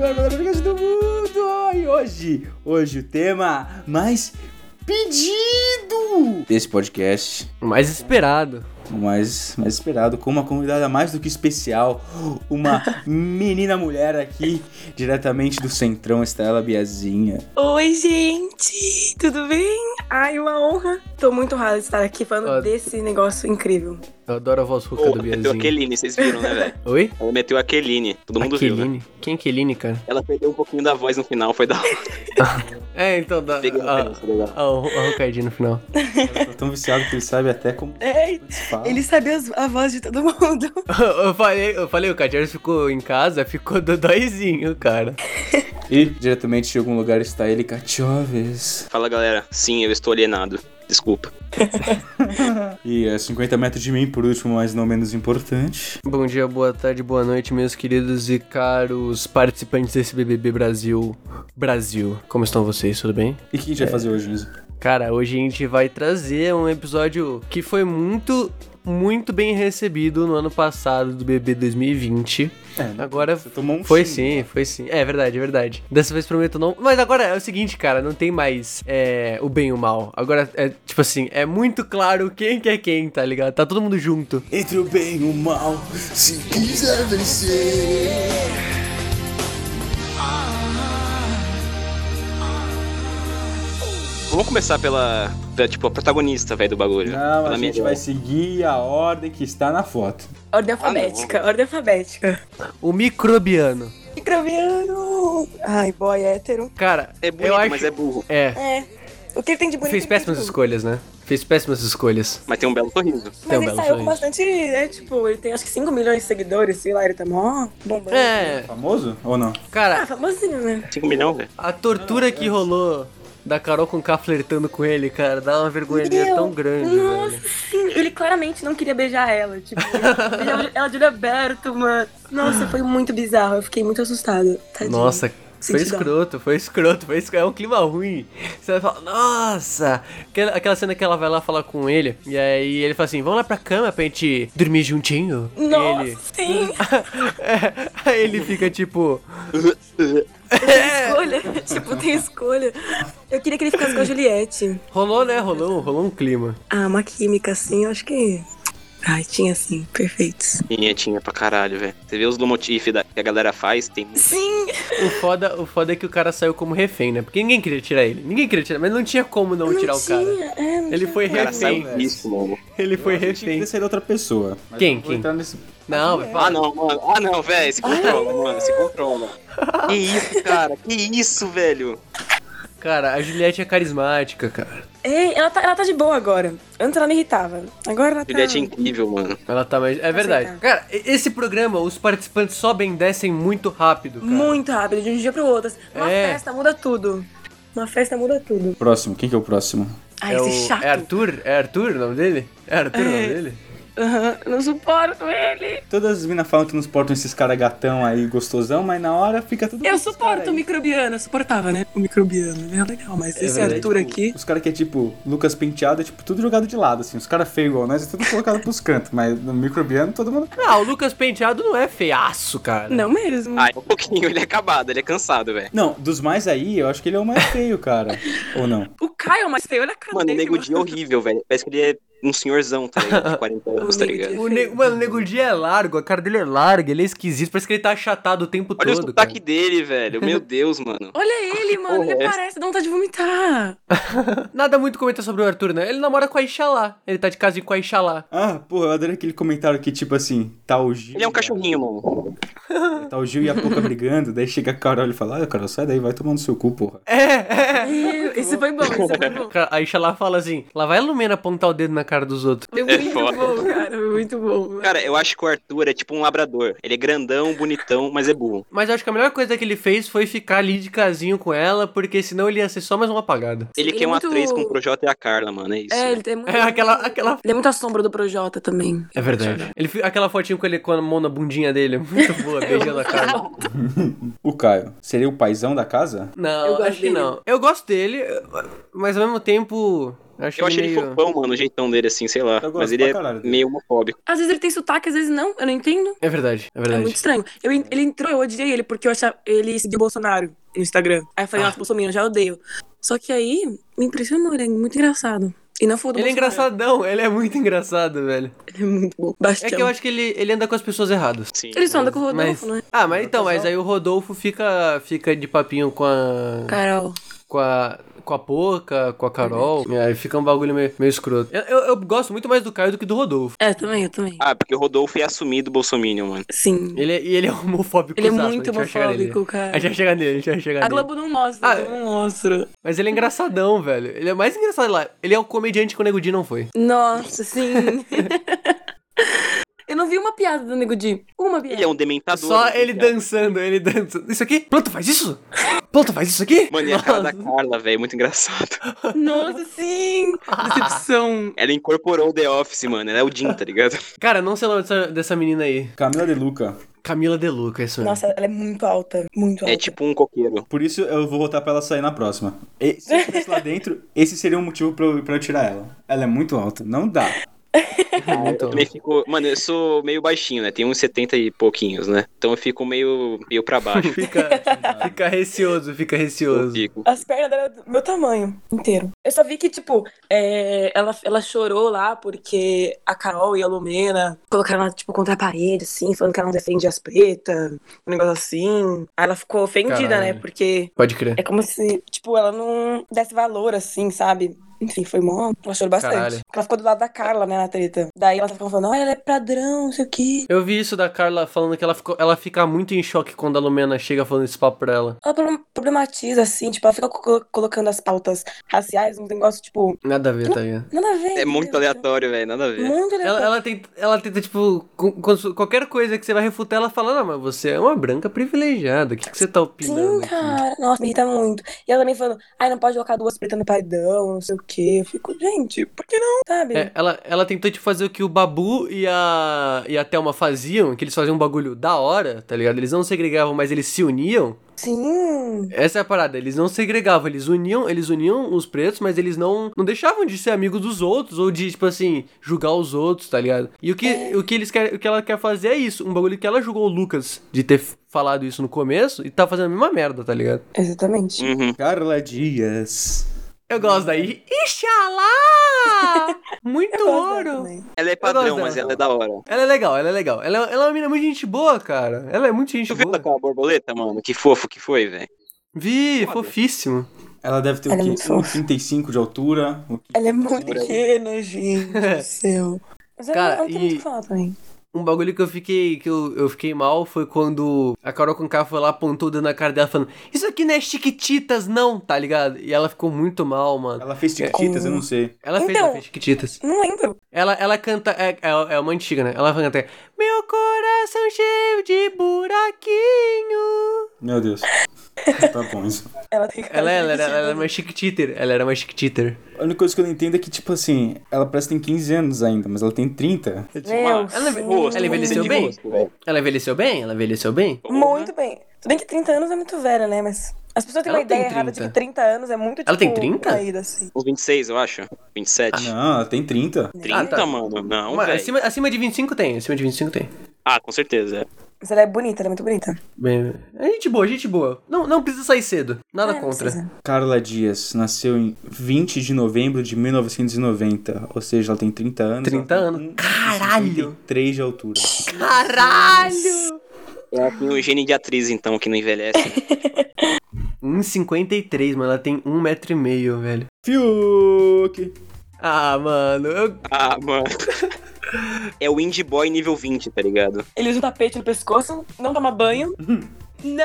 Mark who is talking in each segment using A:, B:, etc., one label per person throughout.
A: melhor podcast do mundo! E hoje, hoje o tema mais pedido desse podcast,
B: O mais esperado.
A: o mais, mais esperado, com uma convidada mais do que especial, uma menina mulher aqui, diretamente do Centrão, Estela Biazinha.
C: Oi, gente! Tudo bem? Ai, uma honra! Tô muito honrada de estar aqui falando
B: Ah.
C: desse negócio incrível.
B: Eu adoro a voz rouca
D: Pô,
B: do
D: meteu a
B: Biazinho.
D: Keline, vocês viram, né, velho?
B: Oi?
D: Ela meteu a Keline, todo mundo viu, né?
B: Aqueline? Quem é Aqueline, cara?
D: Ela perdeu um pouquinho da voz no final, foi da hora.
B: É, então, da,
D: Peguei a
B: a,
D: referência,
A: Ah.
D: legal.
B: a, a Rocardinho no final.
A: Eu tô tão viciado que ele sabe até como
C: É,
A: se
B: Ah.
A: fala.
C: ele sabia as- a voz de todo mundo.
B: eu falei, eu falei, o Cadier ficou em casa, ficou dodóizinho, cara.
A: E diretamente de algum lugar está ele, Cachoves.
D: Fala, galera. Sim, eu estou alienado. Desculpa.
A: E a 50 metros de mim, por último, mas não menos importante.
B: Bom dia, boa tarde, boa noite, meus queridos e caros participantes desse BBB Brasil. Brasil, como estão vocês? Tudo bem?
A: E o que a gente vai fazer hoje, Luiz?
B: Cara, hoje a gente vai trazer um episódio que foi muito, muito bem recebido no ano passado do BBB 2020.
A: É,
B: Agora
A: você tomou um
B: Foi
A: xingo.
B: sim, foi sim. É verdade, é verdade. Dessa vez prometo não. Mas agora é o seguinte, cara, não tem mais é, o bem e o mal. Agora é tipo assim, é muito claro quem que é quem, tá ligado? Tá todo mundo junto.
A: Entre o bem e o mal, se quiser vencer.
D: Vamos começar pela, pela, tipo, a protagonista, velho, do bagulho.
A: Não,
D: Pela
A: a
D: É
A: gente
D: melhor.
A: vai seguir a ordem que está na foto.
B: Ah,
C: Ordem alfabética, ordem alfabética.
B: O microbiano.
C: Microbiano! Ai, boy hétero.
B: Cara,
D: É bonito,
B: eu acho.
D: mas é burro.
B: É,
C: É. O que ele tem de bonito?
B: fez
C: ele tem de
B: péssimas
C: tudo.
B: escolhas, né? Fez péssimas escolhas.
D: Mas tem um belo sorriso.
B: Tem
C: Mas
B: um
C: ele
B: belo
C: saiu com
B: sorriso.
C: bastante, né? Tipo, ele tem acho que 5 milhões de seguidores, sei lá, ele tá mó bombando.
B: É,
A: Famoso ou não?
B: cara,
C: Ah, famosinho, né?
D: 5 milhões, velho.
B: a tortura que rolou da Carol com K flertando com ele, cara, dá uma vergonha é
C: Meu,
B: tão grande,
C: é um Nossa,
B: velho.
C: sim, ele claramente não queria beijar ela. Tipo, ele beijava ela é de olho aberto, mano. Nossa, foi muito bizarro. Eu fiquei muito assustada. Tadinho.
B: Nossa, foi
C: Senti dó.
B: escroto, foi escroto, foi escroto. É um clima ruim. Você vai falar, nossa! Aquela, aquela cena que ela vai lá falar com ele, e aí ele fala assim: vamos lá pra cama pra gente dormir juntinho? E
C: Nossa,
B: ele.
C: sim.
B: É, aí ele fica tipo.
C: Tem escolha. tipo, tem escolha. Eu queria que ele ficasse com a Juliette.
B: Rolou, né? Rolou, rolou um clima.
C: Ah, uma química, assim, eu acho que. Ai, tinha sim, perfeitos.
D: Tinha, tinha pra caralho, velho. Você vê os do motif da, que a galera faz, tem um muito.
C: Sim!
B: O foda, o foda é que o cara saiu como refém, né? Porque ninguém queria tirar ele. Ninguém queria tirar, mas não tinha como não, tirar
C: não
B: o cara.
C: tinha, é, não
B: Ele
C: tinha
B: foi
D: O cara
A: Sim,
D: sai
B: refém.
A: velho.
D: isso, mano.
B: Ele foi
A: Eu achei que
B: refém.
A: podia ser outra pessoa. mas
B: Quem,
A: eu vou
B: quem?
A: entrar nesse-
B: Não, vai
D: Ah,
B: falar.
D: não, mano. Ah, não, velho. Se controla, mano. Se controla. Que isso, cara. Que isso, velho.
B: Cara, a Juliette é carismática, cara.
C: Ei, ela tá, ela tá de boa agora. Antes ela me irritava. Agora ela tá.
D: Juliette é incrível, mano.
B: Ela tá mais. É verdade.
C: aceitável.
B: Cara, e- esse programa, os participantes sobem e descem muito rápido, cara.
C: Muito rápido, de um dia pro outro. Uma
B: É.
C: festa muda tudo. Uma festa muda tudo.
A: Próximo, quem que é o próximo?
C: Ai,
B: É,
C: Ah, esse
B: o-
C: chato.
B: é Arthur? É Arthur o nome dele? É Arthur o nome dele?
C: Aham, não suporto ele.
A: Todas as minas falam que não suportam esses cara gatão aí, gostosão, mas na hora fica tudo...
C: Eu
A: esses cara
C: suporto
A: aí.
C: o microbiano, eu suportava, né? O microbiano, né? Legal, mas esse
B: É verdade,
C: Arthur
A: Tipo,
C: aqui.
A: Os caras que é tipo Lucas Penteado, é tipo tudo jogado de lado, assim. Os caras feios igual nós, é tudo colocado pros cantos. Mas no microbiano todo mundo.
B: Ah, o Lucas Penteado não é feiaço, cara.
C: Não mesmo.
D: Ah, é um pouquinho. Ele é acabado, ele é cansado, velho.
A: Não, dos mais aí, eu acho que ele é o mais feio, cara. Ou não?
C: O Caio é o mais feio, olha a cara
D: Mano, o
C: dele.
D: Nego Di é horrível, velho. Parece que ele é um senhorzão, tá ligado? De 40 anos, tá
C: Nego Di.
D: ligado?
B: O ne... Mano, o Nego Di é largo, a cara dele é larga, ele é esquisito, parece que ele tá achatado o tempo
D: Olha o
B: todo, cara.
D: sotaque dele, velho. Meu Deus, mano.
C: Olha ele, mano,
D: porra
C: ele
D: é essa?
C: parece, dá vontade de vomitar.
B: Nada muito comentar sobre o Arthur, né? Ele namora com a Ixalá, ele tá de casinho com a Ixalá.
A: Ah, porra, eu adorei aquele comentário que, tipo assim, tá o Gil.
D: Ele é um cachorrinho, mano.
A: Tá o Gil e a Pouca brigando, daí chega a Carol e fala, ah, Carol, sai daí, vai tomando seu cu, porra.
B: É, é.
C: Meu, esse foi bom, esse foi bom.
B: Cara, A Ixalá fala assim, lá vai a Lumena apontar o dedo na cara dos outros.
C: Foi muito bom, cara, foi muito bom.
D: Cara, eu acho que o Arthur é tipo um labrador. Ele é grandão, bonitão, mas é burro.
B: Mas eu acho que a melhor coisa que ele fez foi ficar ali de casinho com ela, porque senão ele ia ser só mais um uma apagada.
D: Ele
C: Ele
D: quer
C: é
D: uma
C: muito-
D: atriz com o Projota e a Carla, mano. É isso.
C: É, ele tem muito.
B: É aquela, aquela
C: Ele é muito a sombra do Projota também.
B: É verdade. Ele, fi- aquela fotinho com ele com a mão na bundinha dele é muito boa, beijando a cara.
A: O Caio, seria o paizão da casa?
B: Não,
C: Eu gosto
B: acho que
C: dele.
B: não. Eu gosto dele, mas ao mesmo tempo. acho
D: Eu achei
B: meio...
D: ele fofão, mano, o jeitão dele, assim, sei lá.
A: Eu gosto
D: Mas ele
A: pra
D: é
A: caralho dele.
D: meio homofóbico.
C: Às vezes ele tem sotaque, às vezes não. Eu não entendo.
B: É verdade, é
C: É
B: verdade.
C: muito estranho. Eu, en- ele entrou, eu odiei ele porque eu achava, ele seguiu o Bolsonaro no Instagram. Aí eu falei,
B: Ah.
C: nossa, Bolsonaro, eu já odeio. Só que aí me impressionou, ele é muito engraçado. E não foi o do
B: Ele é
C: Bolsonaro.
B: engraçadão, ele é muito engraçado, velho.
C: Ele é muito bom. Bastião.
B: É que eu acho que ele, ele anda com as pessoas erradas.
D: Sim.
C: Ele só anda com o
B: Mas...
C: Rodolfo, né?
B: Ah, mas então, mas aí o Rodolfo fica, fica de papinho com a.
C: Carol.
B: com a, com a Poca, com a Carol. E aí fica um bagulho meio, meio escroto. Eu, eu, eu gosto muito mais do Caio do que do Rodolfo.
C: É, também, eu também.
D: Ah, porque o Rodolfo é assumido bolsominion, mano.
C: Sim.
B: Ele, é- e ele é homofóbico.
C: Ele é
B: exato,
C: muito
B: a gente vai chegar nele.
C: homofóbico, cara.
B: A gente vai chegar nele, a gente vai chegar
C: A
B: nele.
C: Globo não mostra,
B: Ah,
C: eu não mostra.
B: Mas ele é engraçadão, velho. Ele é mais engraçado lá. Ele é o comediante que o Nego Di não foi.
C: Nossa, sim. eu não vi uma piada do Nego Di. Uma piada.
D: Ele é um dementador.
B: Só
D: né,
B: ele
D: cara?
B: dançando, ele dançando. Isso aqui? Planta faz isso? Planta faz isso aqui?
D: Mano, e a cara da
B: Nossa.
D: Carla, velho, é muito engraçado.
C: Nossa, sim.
B: Ah.
C: Decepção.
D: Ela incorporou o The Office, mano. Ela é o Jim, tá ligado?
B: Cara, não sei o nome dessa, dessa menina aí.
A: Camila de Luca.
B: Camila De Luca, é isso mesmo.
C: Nossa, ela é muito alta. Muito alta.
D: É tipo um coqueiro.
A: Por isso eu vou votar pra ela sair na próxima. E, se eu estivesse lá dentro, esse seria um motivo pra eu, pra eu tirar ela. Ela é muito alta. Não dá.
C: é
B: Muito
D: Eu também fico... Mano, eu sou meio baixinho, né? Tenho uns 70 e pouquinhos, né? Então eu fico meio, meio pra baixo.
B: Fica, fica receoso, fica
D: eu
B: receoso.
D: fico.
C: As pernas dela eram do meu tamanho inteiro. Eu só vi que, tipo, é, ela, ela chorou lá porque a Carol e a Lumena colocaram ela, tipo, contra a parede, assim, falando que ela não defende as pretas, um negócio assim. Aí ela ficou ofendida,
B: Caralho.
C: né? Porque
B: Pode crer.
C: é como se, tipo, ela não desse valor, assim, sabe? Enfim, foi mó. Ela chorou bastante.
B: Caralho.
C: Porque Ela ficou do lado da Carla, né, na treta. Daí ela tava falando, ah, ela é padrão, não sei o quê.
B: Eu vi isso da Carla falando que ela, ficou, ela fica muito em choque quando a Lumena chega falando esse papo pra ela.
C: Ela pro- problematiza, assim, tipo, ela fica co- colocando as pautas raciais, um negócio, tipo,
B: Nada a ver, tá ligado?
C: nada a ver.
D: É muito
C: entendeu?
D: aleatório, velho. Nada a ver.
C: Muito aleatório.
B: Ela, é ela, tenta, ela tenta, tipo, com- com- qualquer coisa que você vai refutar, ela fala, não, mas você é uma branca privilegiada, o que, que você tá opinando
C: Sim,
B: aqui?
C: cara. Nossa, me irrita muito. E ela também falando, ai, não pode colocar duas pretas no paredão, não sei o quê. Eu fico, gente, por que não? Sabe?
B: É, ela, ela tentou, tipo, fazer o que o Babu e a, e a Thelma faziam, que eles faziam um bagulho da hora, tá ligado? Eles não segregavam, mas eles se uniam.
C: Sim.
B: Essa é a parada, eles não segregavam, eles uniam, eles uniam os pretos, mas eles não, não deixavam de ser amigos dos outros ou de tipo assim, julgar os outros, tá ligado? E o que
C: É.
B: o que eles querem, o que ela quer fazer é isso, um bagulho que ela julgou o Lucas de ter f- falado isso no começo e tá fazendo a mesma merda, tá ligado?
C: Exatamente.
D: Uhum.
A: Carla Dias.
B: Eu gosto daí. Ixalá! Muito
C: Eu gosto dela
B: ouro.
C: também.
D: Ela é
B: gosto
D: padrão,
B: dela.
D: mas ela é da hora.
B: Ela é legal, ela é legal. Ela, ela é uma mina muito gente boa, cara. Ela é muito gente
D: Tu viu
B: boa.
D: aquela borboleta, mano? Que fofo que foi, velho.
B: Vi, fofíssimo.
A: Ela deve ter
C: Ela é
A: o quê?
C: muito fofa.
A: 1,35 de altura. O quê?
C: Ela é muito pequena, gente do céu. Mas ela é
B: Cara,
C: não tem muito o
B: e-
C: que falar também.
B: Um bagulho que eu fiquei. que eu, eu fiquei mal foi quando a Carol Conká foi lá, apontou o dedo na cara dela falando, isso aqui não é chiquititas, não, tá ligado? E ela ficou muito mal,
C: é
B: mano.
A: Ela fez tiquititas, eu não sei.
B: Ela fez,
C: Então-
B: ela fez chiquititas.
C: Não lembro.
B: Ela, ela canta. É, é, é uma antiga, né? Ela canta. Meu coração cheio de buraquinho.
A: Meu Deus. tá bom isso.
C: Ela é tem
B: Ela, é, ela, era, ela era uma chiquititer. Ela era uma chiquititer.
A: A única coisa que eu não entendo é que, tipo assim, ela parece que tem 15 anos ainda, mas ela tem 30.
C: Meu,
B: ela-
C: sim.
D: Rosto,
B: É ela envelheceu
D: de
B: bem?
D: rosto, velho.
B: Ela envelheceu bem? Ela envelheceu bem?
C: Muito bem. Tudo bem que 30 anos é muito velha, né? Mas as pessoas têm
B: Ela
C: uma ideia
B: tem
C: errada de
B: 30.
C: que 30 anos é muito, tipo,
B: Ela tem 30?
C: caída, assim.
D: Uns 26, eu acho. 27.
A: Não, ela tem 30.
D: 30,
B: Ah, tá.
D: mano? Não,
B: Mas
D: velho.
B: acima, acima de 25 tem. Acima de 25 tem.
D: Ah, com certeza.
C: Mas ela é bonita, ela é muito bonita.
B: Bem, é gente boa, gente boa. Não, não precisa sair cedo. Nada
C: É, não
B: contra.
C: precisa.
A: Carla Dias nasceu em 20 de novembro de 1990. Ou seja, ela tem 30 anos. Hum,
B: 30
A: ela
B: anos.
A: tem
B: Caralho!
A: 3 de altura.
B: Caralho!
D: Ela tem um gene de atriz, então, que não envelhece.
B: 1,53, mano. Ela tem 1,5m, velho.
A: Fiuk!
B: Ah, mano. Eu...
D: ah, mano. É o Indie Boy nível 20, tá ligado?
C: Ele usa um tapete no pescoço, não toma banho. Não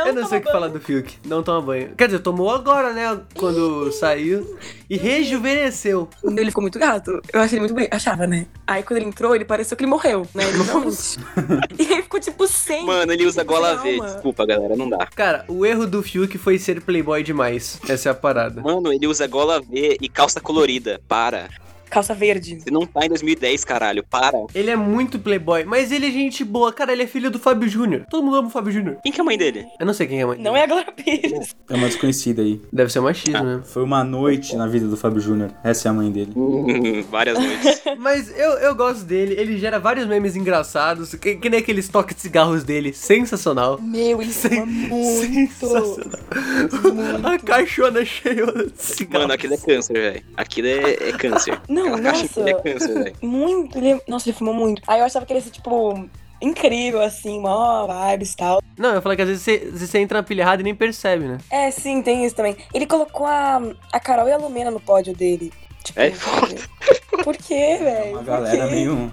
B: Eu não
C: toma
B: sei o que
C: banho.
B: falar do Fiuk. Não toma banho. Quer dizer, tomou agora, né? Quando saiu. E rejuvenesceu.
C: Ele ficou muito gato. Eu achei ele muito bonito. Achava, né? Aí quando ele entrou, ele pareceu que ele morreu, né? Ele realmente. e aí ficou tipo sem.
D: Mano, ele usa
C: sem
D: gola
C: alma.
D: V. Desculpa, galera, não dá.
B: Cara, o erro do Fiuk foi ser playboy demais. Essa é a parada.
D: Mano, ele usa gola V e calça colorida. Para.
C: calça verde.
D: Você não tá em 2010, caralho. Para.
B: Ele é muito playboy, mas ele é gente boa. Cara, ele é filho do Fábio Júnior. Todo mundo ama o Fábio Júnior.
D: Quem que é a mãe dele?
B: Eu não sei quem é a mãe.
C: Não é a Glória Pires.
A: É uma desconhecida aí.
B: Deve ser machismo, né?
A: Foi uma noite na vida do Fábio Júnior. Essa é a mãe dele.
D: Várias noites.
C: Ah.
B: Mas eu, eu gosto dele, ele gera vários memes engraçados, que, que nem aqueles toques de cigarros dele, sensacional.
C: Meu, ele fuma muito.
B: Sensacional. A caixona cheia de cigarros.
D: Mano, aquilo é câncer, velho. Aquilo é, é câncer.
C: Não,
D: Aquela caixa
C: nossa.
D: aquilo é câncer, velho.
C: Muito. Ele... é, Nossa, ele fumou muito. Aí eu achava que ele ia ser, tipo, incrível, assim, mó vibes e tal.
B: Não, eu falei que às vezes você, às vezes você entra na pilha errada e nem percebe, né?
C: É, sim, tem isso também. Ele colocou a, a Carol e a Lumena no pódio dele. Tipo,
D: É foda.
C: Por quê, velho?
A: Uma
C: Por
A: galera
C: quê?
A: meio.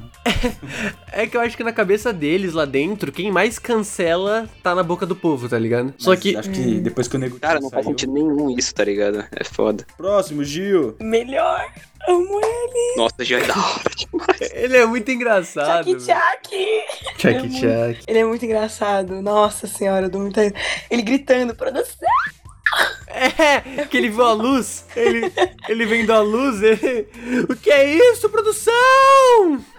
B: É que eu acho que na cabeça deles lá dentro, quem mais cancela tá na boca do povo, tá ligado? Só
A: Mas
B: que.
A: Acho que depois que o nego.
D: Cara, não faz
A: saiu-
D: sentido nenhum isso, tá ligado? É foda.
A: Próximo, Gil.
C: Melhor. Amo ele.
D: Nossa, já é da hora demais.
B: Ele é muito engraçado.
C: Tchaki, tchaki.
B: Chuck Chuck.
C: Ele é muito engraçado. Nossa senhora, eu dou muita. Ele gritando, produção.
B: É, que ele viu a luz. Ele, ele vendo a luz. Ele, o que é isso, produção?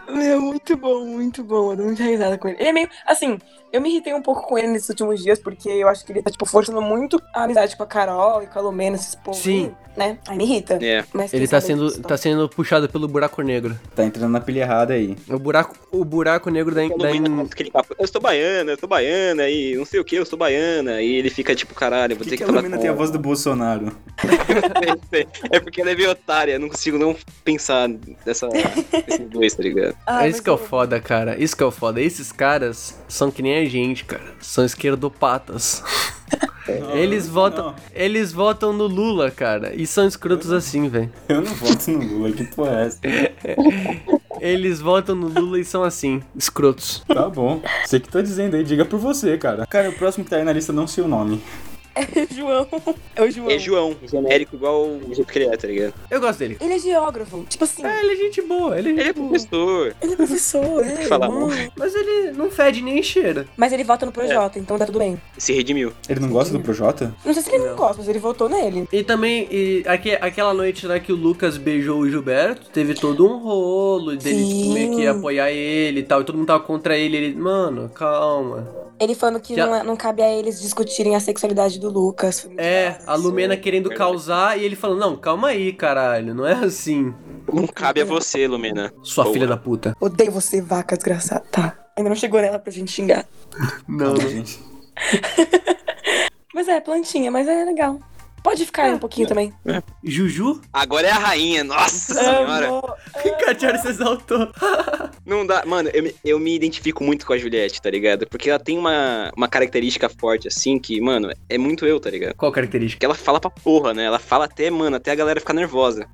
C: Meu, é muito bom, muito bom. Eu dou muita risada com ele. Ele é meio. Assim, eu me irritei um pouco com ele nesses últimos dias, porque eu acho que ele tá, tipo, forçando muito a amizade com a Carol e com a Lumena, esses povos.
B: Sim.
C: aí, Né? Aí me irrita.
D: É.
C: Mas
B: Ele
C: quem
B: tá
C: sabe
B: sendo,
C: disso,
B: tá sendo puxado pelo buraco negro.
A: Tá entrando na pilha errada aí.
B: O buraco, o buraco negro da,
D: Todo
B: da
D: mundo conta aquele papo, Eu sou baiana, eu sou baiana, e não sei o que, eu sou baiana. E ele fica tipo, caralho, vou
A: Por
D: ter
A: que,
D: que
A: que a
D: falar
A: Lumina
D: com
A: tem a
D: ela.
A: voz do Bolsonaro?
D: É porque ela é meio otária, não consigo não pensar nessa, nesses dois, tá ligado?
C: Ah,
B: isso
C: mas
B: que é o
C: eu-
B: foda, cara. Isso que é o foda. Esses caras são que nem a gente, cara. São esquerdopatas.
D: É.
B: eles votam,
A: Ah, não.
B: eles votam no Lula, cara. E são escrotos assim, velho.
A: Eu não voto no Lula, que porra é essa?
B: Eles votam no Lula e são assim, escrotos.
A: Tá bom. Você que tá dizendo aí, diga por você, cara. Cara, o próximo que tá aí na lista não sei o nome.
C: João. É o João.
D: É João, genérico igual o jeito que ele é, tá ligado?
B: Eu gosto dele.
C: Ele é geógrafo. Tipo assim,
B: É, ele é gente boa, ele é
D: Ele é
B: gente boa.
D: professor.
C: ele é professor. né?
D: Fala,
C: Bom.
B: Mas ele não fede nem cheira.
C: Mas ele vota no Projota,
B: É.
C: então tá tudo bem.
D: Se redimiu.
A: Ele não gosta do Projota?
C: Não sei se ele não gosta, mas ele votou nele.
B: E também, e aque- aquela noite lá que o Lucas beijou o Gilberto, teve todo um rolo dele tipo,
C: Sim.
B: meio que apoiar ele e tal, e todo mundo tava contra ele, ele, mano, calma.
C: Ele falando que
B: Já-
C: não, é- não cabe a eles discutirem a sexualidade do Lucas. Foi muito
B: É,
C: errado.
B: a Lumena querendo
D: verdade.
B: causar e ele falando, não, calma aí, caralho, não é assim,
D: Não cabe a você, Lumena.
B: sua
D: Boa.
B: filha da puta.
C: Odeio você, vaca desgraçada. Tá. Ainda não chegou nela pra gente xingar.
B: Não,
C: Uhum.
B: não.
A: Gente.
C: Mas é, plantinha, mas é legal. Pode ficar aí um pouquinho também.
B: Juju?
D: Agora é a rainha, nossa senhora.
C: Amor.
B: Catiara se exaltou.
D: Não dá. Mano, eu, me- eu me identifico muito com a Juliette, tá ligado? Porque ela tem uma, uma característica forte, assim, que, mano, é muito eu, tá ligado?
B: Qual característica?
D: Porque ela fala pra porra, né? Ela fala até, mano, até a galera ficar nervosa.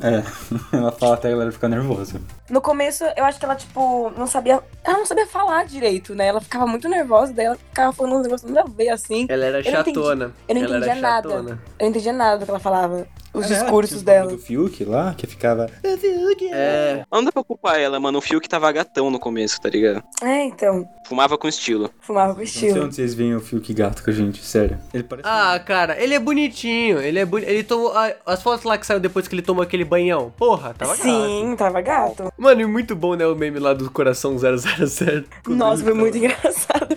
A: É, ela fala até a galera ficar nervosa.
C: No começo, eu acho que ela, tipo, não sabia. Ela não sabia falar direito, né? Ela ficava muito nervosa, daí ela ficava falando uns negócios nada a ver assim.
B: Ela era
C: não entendi.
B: chatona.
C: Eu não
B: Ela era
C: entendia nada.
B: chatona.
C: Eu não entendia nada do que É, ela falava. Os
A: Ela era
C: discursos
A: tipo
C: dela.
A: Do Fiuk lá, que ficava. "Eu, Fiuk,
B: É,
D: Mas não dá pra culpar ela, mano. O fio que tava gatão no começo, tá ligado?
C: É, então.
D: Fumava com estilo.
C: Fumava com
A: Não sei
C: estilo.
A: onde vocês veem o Fiuk gato com a gente, sério. Ele parece.
B: Ah, cara, ele é bonitinho. Ele é boni... Ele tomou. a- As fotos lá que saiu depois que ele tomou aquele banhão. Porra, tava gato.
C: Sim, tava gato.
B: Mano, e muito bom, né? O meme lá do coração 007.
C: Nossa, foi muito engraçado.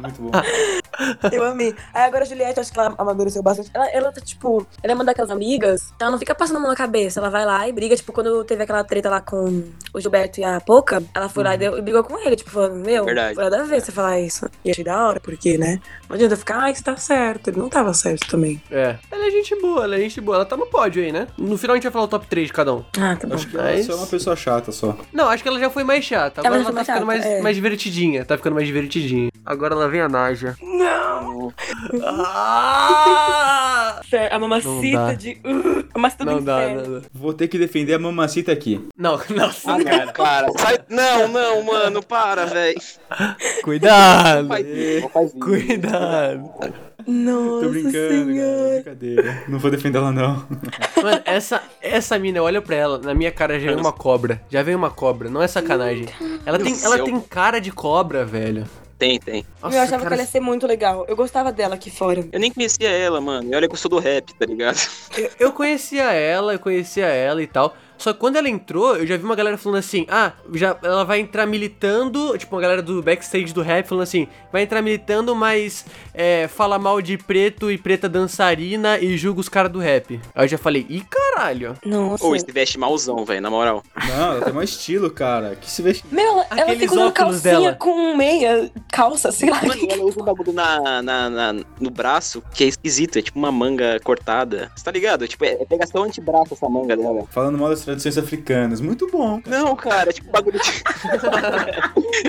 A: Muito bom.
B: Ah,
C: Eu amei. Aí agora a Juliette, acho que ela amadureceu bastante. Ela, ela tá, tipo, ela é uma daquelas amigas, então ela não fica passando a mão na cabeça. Ela vai lá e briga, tipo, quando teve aquela treta lá com o Gilberto e a Poca, ela foi lá
B: Uhum.
C: e, deu- e brigou com ele, tipo, falando, meu,
D: Verdade.
C: foi nada a
B: É.
C: ver você falar isso. E achei da hora, porque, né? Não adianta ficar, ai, você tá certo. Ele não tava certo também.
B: é. Ela é gente boa, ela é gente boa. Ela tá no pódio aí, né? No final a gente vai falar o top 3 de cada um.
C: Ah, tá bom.
A: Acho que ela
B: Mas-
A: só é uma pessoa chata só.
B: Não, acho que ela já foi mais chata. Agora
C: Ela já
B: ela,
C: foi
B: tá
C: mais
B: ficando
C: chata,
B: mais,
C: é.
B: mais divertidinha. Tá ficando mais divertidinha. Agora ela vem a Naja.
C: Não!
B: Ah!
C: sério, A
B: Não dá.
C: mamacita é de. Uh, a mamacita do
B: Não dá, né?
C: inferno.
B: não dá.
A: Vou ter que defender a mamacita aqui.
B: Não, nossa.
D: Ah, cara, para. Sai... Não, não, mano, para, velho.
B: Cuidado!
D: Não faz isso.
B: Cuidado!
C: Nossa
A: Tô brincando, cara.
C: senhora.
A: Brincadeira. Não vou defender ela, não.
B: Mano, essa, essa mina, eu olho pra ela, na minha cara já veio uma cobra. Já veio uma cobra, não é sacanagem. Ela tem,
D: Deus do
B: ela
D: céu.
B: tem cara de cobra, velho.
D: Tem, tem.
B: Nossa,
C: eu achava
B: cara,
C: que ela ia ser muito legal. Eu gostava dela aqui fora.
D: Eu nem conhecia ela, mano. E olha que eu sou do rap, tá ligado?
B: Eu conhecia ela, eu conhecia ela e tal. Só que quando ela entrou, eu já vi uma galera falando assim: ah, já, ela vai entrar militando. Tipo, uma galera do backstage do rap falando assim: vai entrar militando, mas é, fala mal de preto e preta dançarina e julga os caras do rap. Aí eu já falei: ih, caralho.
C: Nossa.
D: Ou se veste malzão, velho, na moral.
A: Não, ela tem um estilo, cara. Que se veste.
C: Meu, ela, ela
B: Aqueles
C: fica usando
B: óculos
C: calcinha
B: dela.
C: com meia, calça, sei lá.
D: Mano, ela usa um bagulho na, na- na- no braço que é esquisito, é tipo uma manga cortada. Você tá ligado? Tipo, é, é pegação antebraço essa manga né, dela.
A: Falando mal das tradições africanas. Muito bom. cara.
D: Não, cara, é tipo um bagulho de.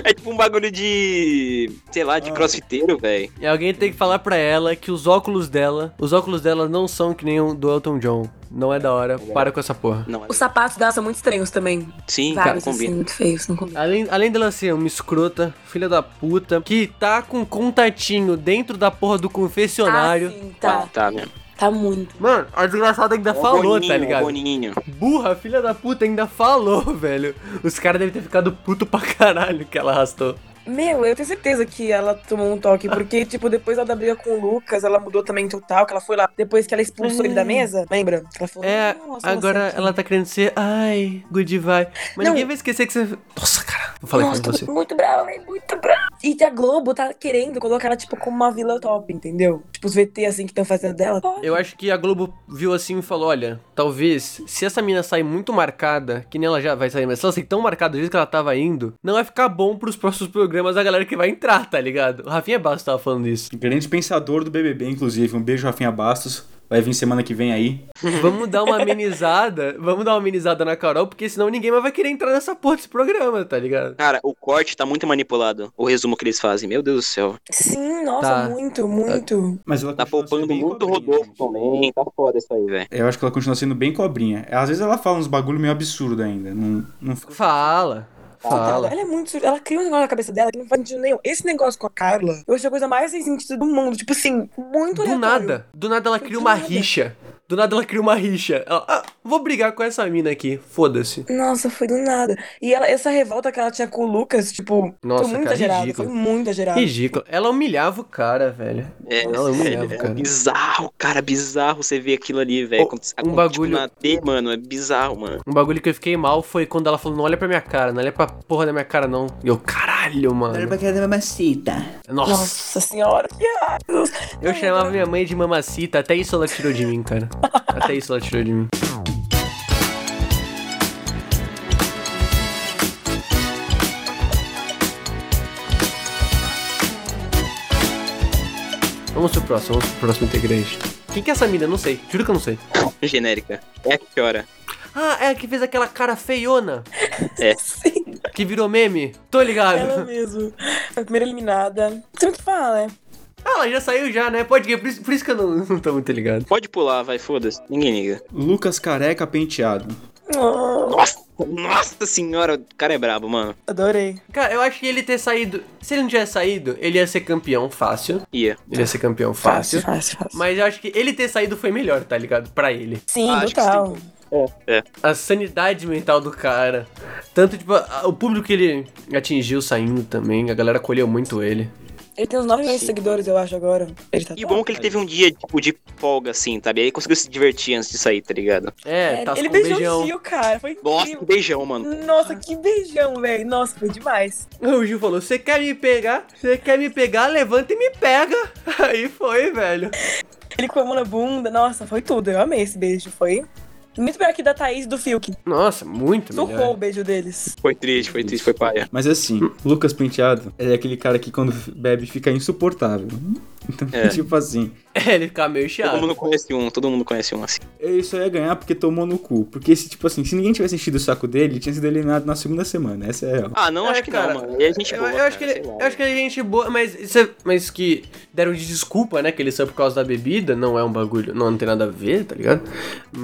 D: é tipo um bagulho de. sei lá, de
A: Ah.
D: crossfiteiro, velho.
B: E alguém tem que falar pra ela que os óculos dela, os óculos dela não são que nem o do Elton John. Não é da hora, para com essa porra.
D: Não, é-
C: Os sapatos dela são muito estranhos também.
D: sim, cara,
C: Vários,
D: combina.
C: assim, muito feios, não combina.
B: Além, além dela ser uma escrota, filha da puta, que tá com contatinho dentro da porra do confessionário.
C: Ah, sim,
D: Tá,
C: tá.
D: tá mesmo.
C: Tá muito.
B: Mano, a desgraçada ainda
D: Ó o
B: falou, tá
D: Boninho, ó o
B: ligado?
D: Boninho.
B: Burra, filha da puta, ainda falou, velho. Os caras devem ter ficado puto pra caralho que ela arrastou.
C: Meu, eu tenho certeza que ela tomou um toque, porque, tipo, depois ela da briga com o Lucas, ela mudou também total, que ela foi lá, depois que ela expulsou
D: Uhum.
C: ele da mesa, lembra? Ela falou,
B: É,
C: "Não, eu sou
B: agora
C: você aqui."
B: ela tá querendo ser. Ai, good vibe. Mas
C: Não.
B: ninguém vai esquecer que você. Nossa, cara. Eu falei
C: Nossa,
B: com você.
C: tô muito brava, velho, muito brava. E a Globo tá querendo colocar ela, tipo, como uma vila top, entendeu? Tipo, os VT, assim, que estão fazendo dela.
B: Eu acho que a Globo viu assim e falou: olha, talvez se essa mina sair muito marcada, que nem ela já vai sair, mas se ela sair tão marcada do jeito que ela tava indo, não vai ficar bom pros próximos programas da galera que vai entrar, tá ligado? O Rafinha Bastos tava falando isso.
A: Grande pensador do BBB, inclusive. Um beijo, Rafinha Bastos. Vai vir semana que vem aí.
B: Vamos dar uma amenizada, vamos dar uma amenizada na Carol, porque senão ninguém mais vai querer entrar nessa porra desse programa, tá ligado?
D: Cara, o corte tá muito manipulado. O resumo que eles fazem, meu Deus do céu.
C: Sim, nossa,
B: Tá.
C: muito, muito.
A: Mas ela
D: Tá
A: continua sendo
D: poupando
A: bem
D: muito
A: cobrinha,
D: Rodolfo
A: gente.
D: também. Tá foda isso aí, velho.
A: Eu acho que ela continua sendo bem cobrinha. É, Às vezes ela fala uns bagulho meio absurdo ainda. Não, não fica.
B: Fala. Fala.
C: Ela é muito. sur- Ela cria um negócio na cabeça dela que não faz sentido nenhum. Esse negócio com a Carla, eu achei a coisa mais sem sentido do mundo. Tipo assim, muito
B: Do
C: aleatório.
B: nada, do nada ela cria
C: Do
B: uma
C: nada.
B: rixa. Do nada ela cria uma rixa. Ela, ah, vou brigar com essa mina aqui, foda-se.
C: Nossa, foi do nada. E ela, essa revolta que ela tinha com o Lucas, tipo,
B: Nossa,
C: foi muito
B: cara,
C: exagerada.
B: ridículo.
C: Foi muito exagerada.
B: Ridículo. Ela humilhava o cara, velho.
D: É,
B: Ela humilhava,
D: é,
B: cara.
D: bizarro, cara, bizarro você ver aquilo ali, velho.
B: Ô,
D: Quando-
B: um
D: quando,
B: bagulho-
D: Tipo, na T, mano, é bizarro, mano.
B: Um bagulho que eu fiquei mal foi quando ela falou: não olha pra minha cara, não olha pra porra da minha cara, não. E eu, caralho, mano.
A: da mamacita.
B: Nossa.
C: Nossa senhora. que ai, Deus.
B: Eu chamava minha mãe de mamacita, até isso ela tirou de mim, cara. Até isso ela tirou de mim. Vamos pro próximo, vamos pro próximo integrante. Quem que é essa mina? Eu Não sei, juro que eu não sei.
D: Genérica. É a que chora.
B: Ah, é a que fez aquela cara feiona,
D: É.
C: Sim,
B: que virou meme. Tô
C: ela
B: ligado.
C: mesmo. A primeira eliminada. Não sei o que fala, né?
B: Ah, ela já saiu já, né? Pode que, por isso, por isso que eu não, não tô muito ligado.
D: Pode pular, vai, foda-se. Ninguém liga.
A: Lucas Careca Penteado.
C: Oh,
D: Nossa, nossa senhora, o cara é brabo, mano.
C: adorei.
B: Cara, eu acho que ele ter saído. Se ele não tivesse saído, ele ia ser campeão fácil.
D: Ia.
B: Ele ia ser campeão fácil.
C: fácil, fácil.
B: Mas eu acho que ele ter saído foi melhor, tá ligado? Pra ele.
C: Sim,
D: Acho que
C: total.
B: A sanidade mental do cara. Tanto, tipo, a- o público que ele atingiu saindo também. A galera acolheu muito ele.
C: Ele tem uns 9 milhões de
D: Sim.
C: seguidores, eu acho, agora. Ele tá
D: E
B: né?
D: bom que ele teve um dia, tipo, de folga, assim, sabe? Aí conseguiu se divertir antes de sair, tá ligado?
B: É, tá com
C: ele
B: um
C: beijou o
B: beijão.
C: Gil, cara. Foi
D: Nossa, que
C: incrível.
D: beijão, mano.
C: Nossa, que beijão, velho. Nossa, foi demais.
B: O Gil falou: Você quer me pegar? Você quer me pegar? Levanta e me pega. Aí foi, velho.
C: Ele com a mão na bunda. Nossa, foi tudo. Eu amei esse beijo. Foi muito melhor que da Thaís e do Fiuk.
B: Nossa, muito
C: Surrou o
B: melhor.
C: beijo deles.
D: Foi triste, foi triste, foi paia.
A: Mas assim, Lucas Penteado, ele é aquele cara que quando bebe fica insuportável. Então,
D: É.
A: tipo assim,
B: É, ele fica meio
D: Todo
B: chato.
D: mundo conhece um, todo mundo conhece um, assim.
A: ele só ia é ganhar porque tomou no cu. Porque, se, tipo assim, se ninguém tivesse enchido o saco dele, ele tinha sido eliminado na segunda semana. Essa é a real.
D: Ah, não,
B: É,
D: acho que
B: cara,
D: não, mano. E a gente
B: Eu,
D: boa,
B: eu
D: cara,
B: acho que ele,
D: sei lá,
B: eu acho que ele é gente boa, mas, isso é- mas que deram de desculpa, né? Que ele saiu por causa da bebida, não é um bagulho, não, não tem nada a ver, tá ligado?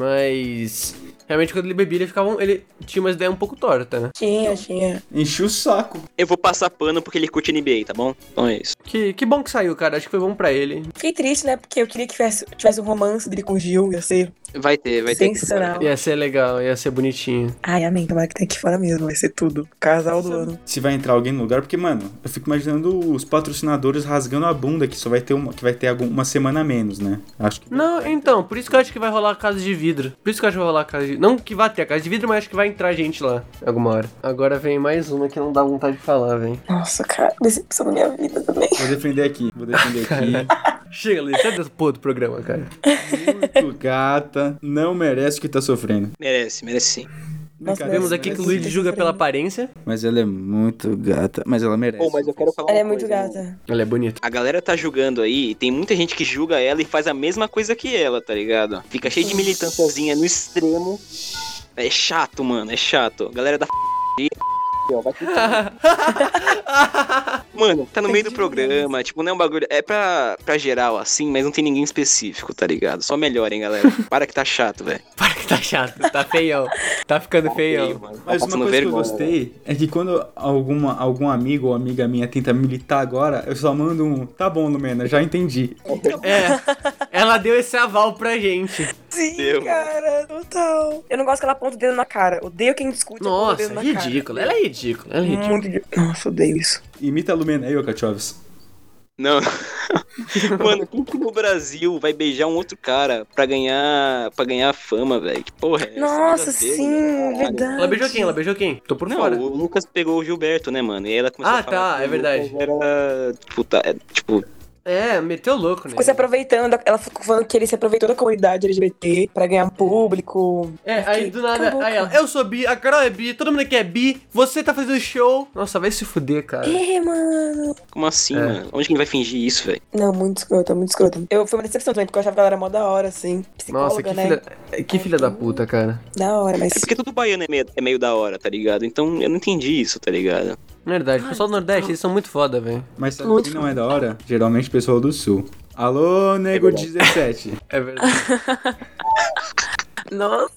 B: Mas realmente quando ele bebia, ele ficava. um- Ele tinha umas ideias um pouco torta, né?
C: Tinha, tinha.
A: Enchi o saco.
D: Eu vou passar pano porque ele curte NBA, tá bom? Então é isso.
B: Que, que bom que saiu, cara. Acho que foi bom pra ele.
C: Fiquei triste, né? Porque eu queria que tivesse, tivesse um romance dele com o Gil, ia ser.
D: Vai ter, vai ter.
C: Sensacional.
B: Ia ser legal, ia ser bonitinho.
C: Ai, amém, tomara que tenha aqui fora mesmo, vai ser tudo. Casal do ano.
A: Se vai entrar alguém no lugar, porque, mano, eu fico imaginando os patrocinadores rasgando a bunda que só vai ter uma, que vai ter algum- uma semana a menos, né? Acho que.
B: Não, então, por isso que eu acho que vai rolar a casa de vidro. Por isso que eu acho que vai rolar a casa de vidro. Não que vá ter a casa de vidro, mas acho que vai entrar gente lá alguma hora. Agora vem mais uma que não dá vontade de falar, velho.
C: Nossa, cara, decepção da minha vida também.
A: Vou defender aqui, vou defender aqui.
B: Chega, Luiz, sai dessa porra do programa, cara.
A: Muito gata, não merece o que tá sofrendo.
D: Merece, merece sim.
C: Nossa,
A: Brincadeira, né?
B: Vemos aqui que o
A: merece
B: Luiz
A: sim.
B: julga pela aparência.
A: Mas ela é muito gata, mas ela merece.
D: Pô, mas eu quero falar
C: Ela
D: uma
C: é muito
D: coisa, mano.
C: gata.
B: Ela é bonita.
D: A galera tá julgando aí, e tem muita gente que julga ela e faz a mesma coisa que ela, tá ligado? Fica cheio de militânciazinha no extremo. É chato, mano, é chato. A galera da f... aí, ó, vai tudo. Mano, tá no meio do programa, tipo, não é um bagulho. É pra, pra geral, assim, mas não tem ninguém específico, tá ligado? Só melhorem, galera. Para que tá chato, velho.
B: Para que tá chato, tá feião. Tá ficando feião.
D: mano. Tá
A: Mas uma
D: passando
A: coisa que eu
D: vergonha. né?
A: gostei é que quando alguma, algum amigo ou amiga minha tenta militar agora, eu só mando um. Tá bom, Lumena, já entendi.
B: É, ela deu esse aval pra gente.
C: Sim,
D: Meu.
C: cara, total. Eu não gosto que ela aponta o dedo na cara. Odeio quem discute. aponta o
B: Nossa,
C: dedo na
B: ridícula.
C: tipo Cara.
B: Ela é ridícula, ela é ridícula.
C: Muito ridículo. Nossa, odeio isso.
A: Imita a Lumena aí, ô Kachovs.
D: Não. Mano, quem que no Brasil vai beijar um outro cara pra ganhar, pra ganhar fama, velho? Que porra é essa? Nada
C: Nossa,
D: a ver, né?
C: sim, é
D: mano. Caralho.
C: verdade.
B: né? Ela beijou quem? Ela beijou quem? Tô por
D: Não,
B: fora.
D: o Lucas pegou o Gilberto, né, mano? E aí ela começou
B: Ah,
D: a falar
B: tá,
D: que
B: é
D: o
B: verdade.
D: Lucas Era, tipo, tá, é, tipo,
B: É, meteu louco, né?
C: Ficou se aproveitando, da- ela ficou falando que ele se aproveitou da comunidade LGBT pra ganhar um público.
B: É, aí do nada,
C: Acabou,
B: aí ela, eu sou bi, a Carol é bi, todo mundo aqui é bi, você tá fazendo show. Nossa, vai se fuder, cara.
C: É, mano.
D: como assim,
B: É.
D: mano? Onde que ele vai fingir isso, velho?
C: Não, muito escrota, muito escrota. Eu fui uma decepção também, porque eu achava que ela era mó da hora, assim. Psicóloga,
B: Nossa, que
C: né?
B: filha, que filha da puta, cara.
C: Da hora, mas.
D: É porque todo baiano é meio, é meio da hora, tá ligado? Então eu não entendi isso, tá ligado?
B: Verdade, o pessoal do Nordeste, eles são muito foda, velho.
A: Mas sabe quem não é da hora? Geralmente pessoal do sul. Alô, nego 17.
B: É verdade.
C: Nossa.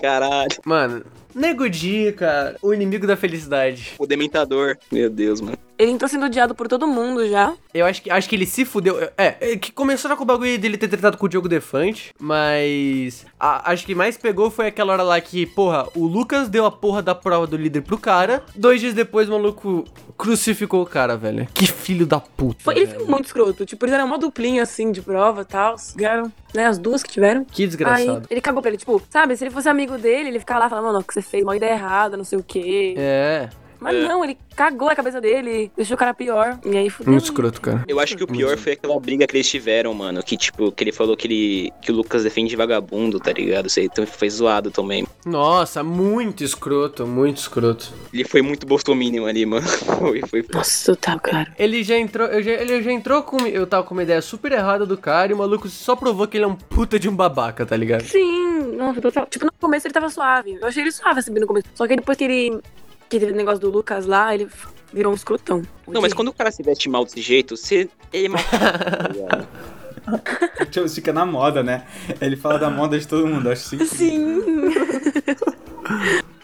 D: Caralho,
B: Mano, Nego Di, cara, o inimigo da felicidade.
D: o Dementador. Meu Deus, mano.
E: Ele entrou sendo odiado por todo mundo já.
B: Eu acho que, acho que ele se fudeu. É, é, que começaram com o bagulho dele ter tratado com o Diogo Defante, mas. a- acho que mais pegou foi aquela hora lá que, porra, o Lucas deu a porra da prova do líder pro cara. Dois dias depois, o maluco crucificou o cara, velho. Que filho da puta.
E: Foi- ele
B: velho.
E: foi muito escroto. Tipo, eles eram uma duplinha assim de prova e tal. Ganharam, né? As duas que tiveram.
B: Que desgraçado.
E: Aí ele cagou pra ele, tipo, sabe, se ele fosse amigo dele, ele ficava lá falando, mano, o que você fez, uma ideia errada, não sei o quê.
B: É,
E: Mas não, ele cagou na cabeça dele, deixou o cara pior. E aí fudeu.
B: muito escroto, cara.
D: Eu acho que o pior foi aquela briga que eles tiveram, mano. Que, tipo, que ele falou que, ele, que o Lucas defende vagabundo, tá ligado? Isso aí também foi zoado também.
B: Nossa, muito escroto, muito escroto.
D: Ele foi muito bolsominion ali, mano. Foi, foi.
E: Nossa, tá, cara.
B: Ele já entrou, eu já- ele já entrou com. Eu tava com uma ideia super errada do cara e o maluco só provou que ele é um puta de um babaca, tá ligado?
E: Sim, nossa, total. Tipo, no começo ele tava suave. Eu achei ele suave, assim, no começo. Só que depois que ele. que teve o negócio do Lucas lá, ele virou um escrotão.
D: Não, mas quando o cara se veste mal desse jeito, você. Ele é mal. tá ligado?
A: Kachovs fica na moda, né? Ele fala da moda de todo mundo, acho sim.
E: Sim.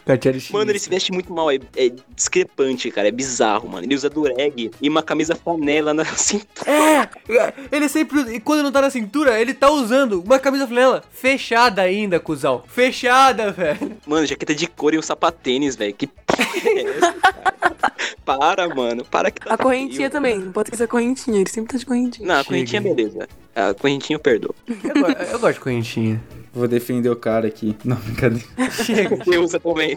B: Catiari
D: Mano, ele se veste muito mal, é, é discrepante, cara, é bizarro, mano. Ele usa dureg e uma camisa flanela na cintura.
B: É, ele sempre. E quando não tá na cintura, ele tá usando uma camisa flanela fechada ainda, cuzão. Fechada, velho.
D: Mano, jaqueta de couro e um sapatênis, velho. Que porra é essa, cara? Para, mano, para que tá
E: A correntinha
D: frio.
E: também.
B: né?
E: Não pode esquecer a correntinha. Ele sempre tá de correntinha.
D: Não, a correntinha,
B: Chega.
D: beleza. A correntinha eu perdoo.
B: Eu, go- eu gosto de correntinha.
A: Vou defender o cara aqui. Não, brincadeira.
B: Chega.
D: Você usa também.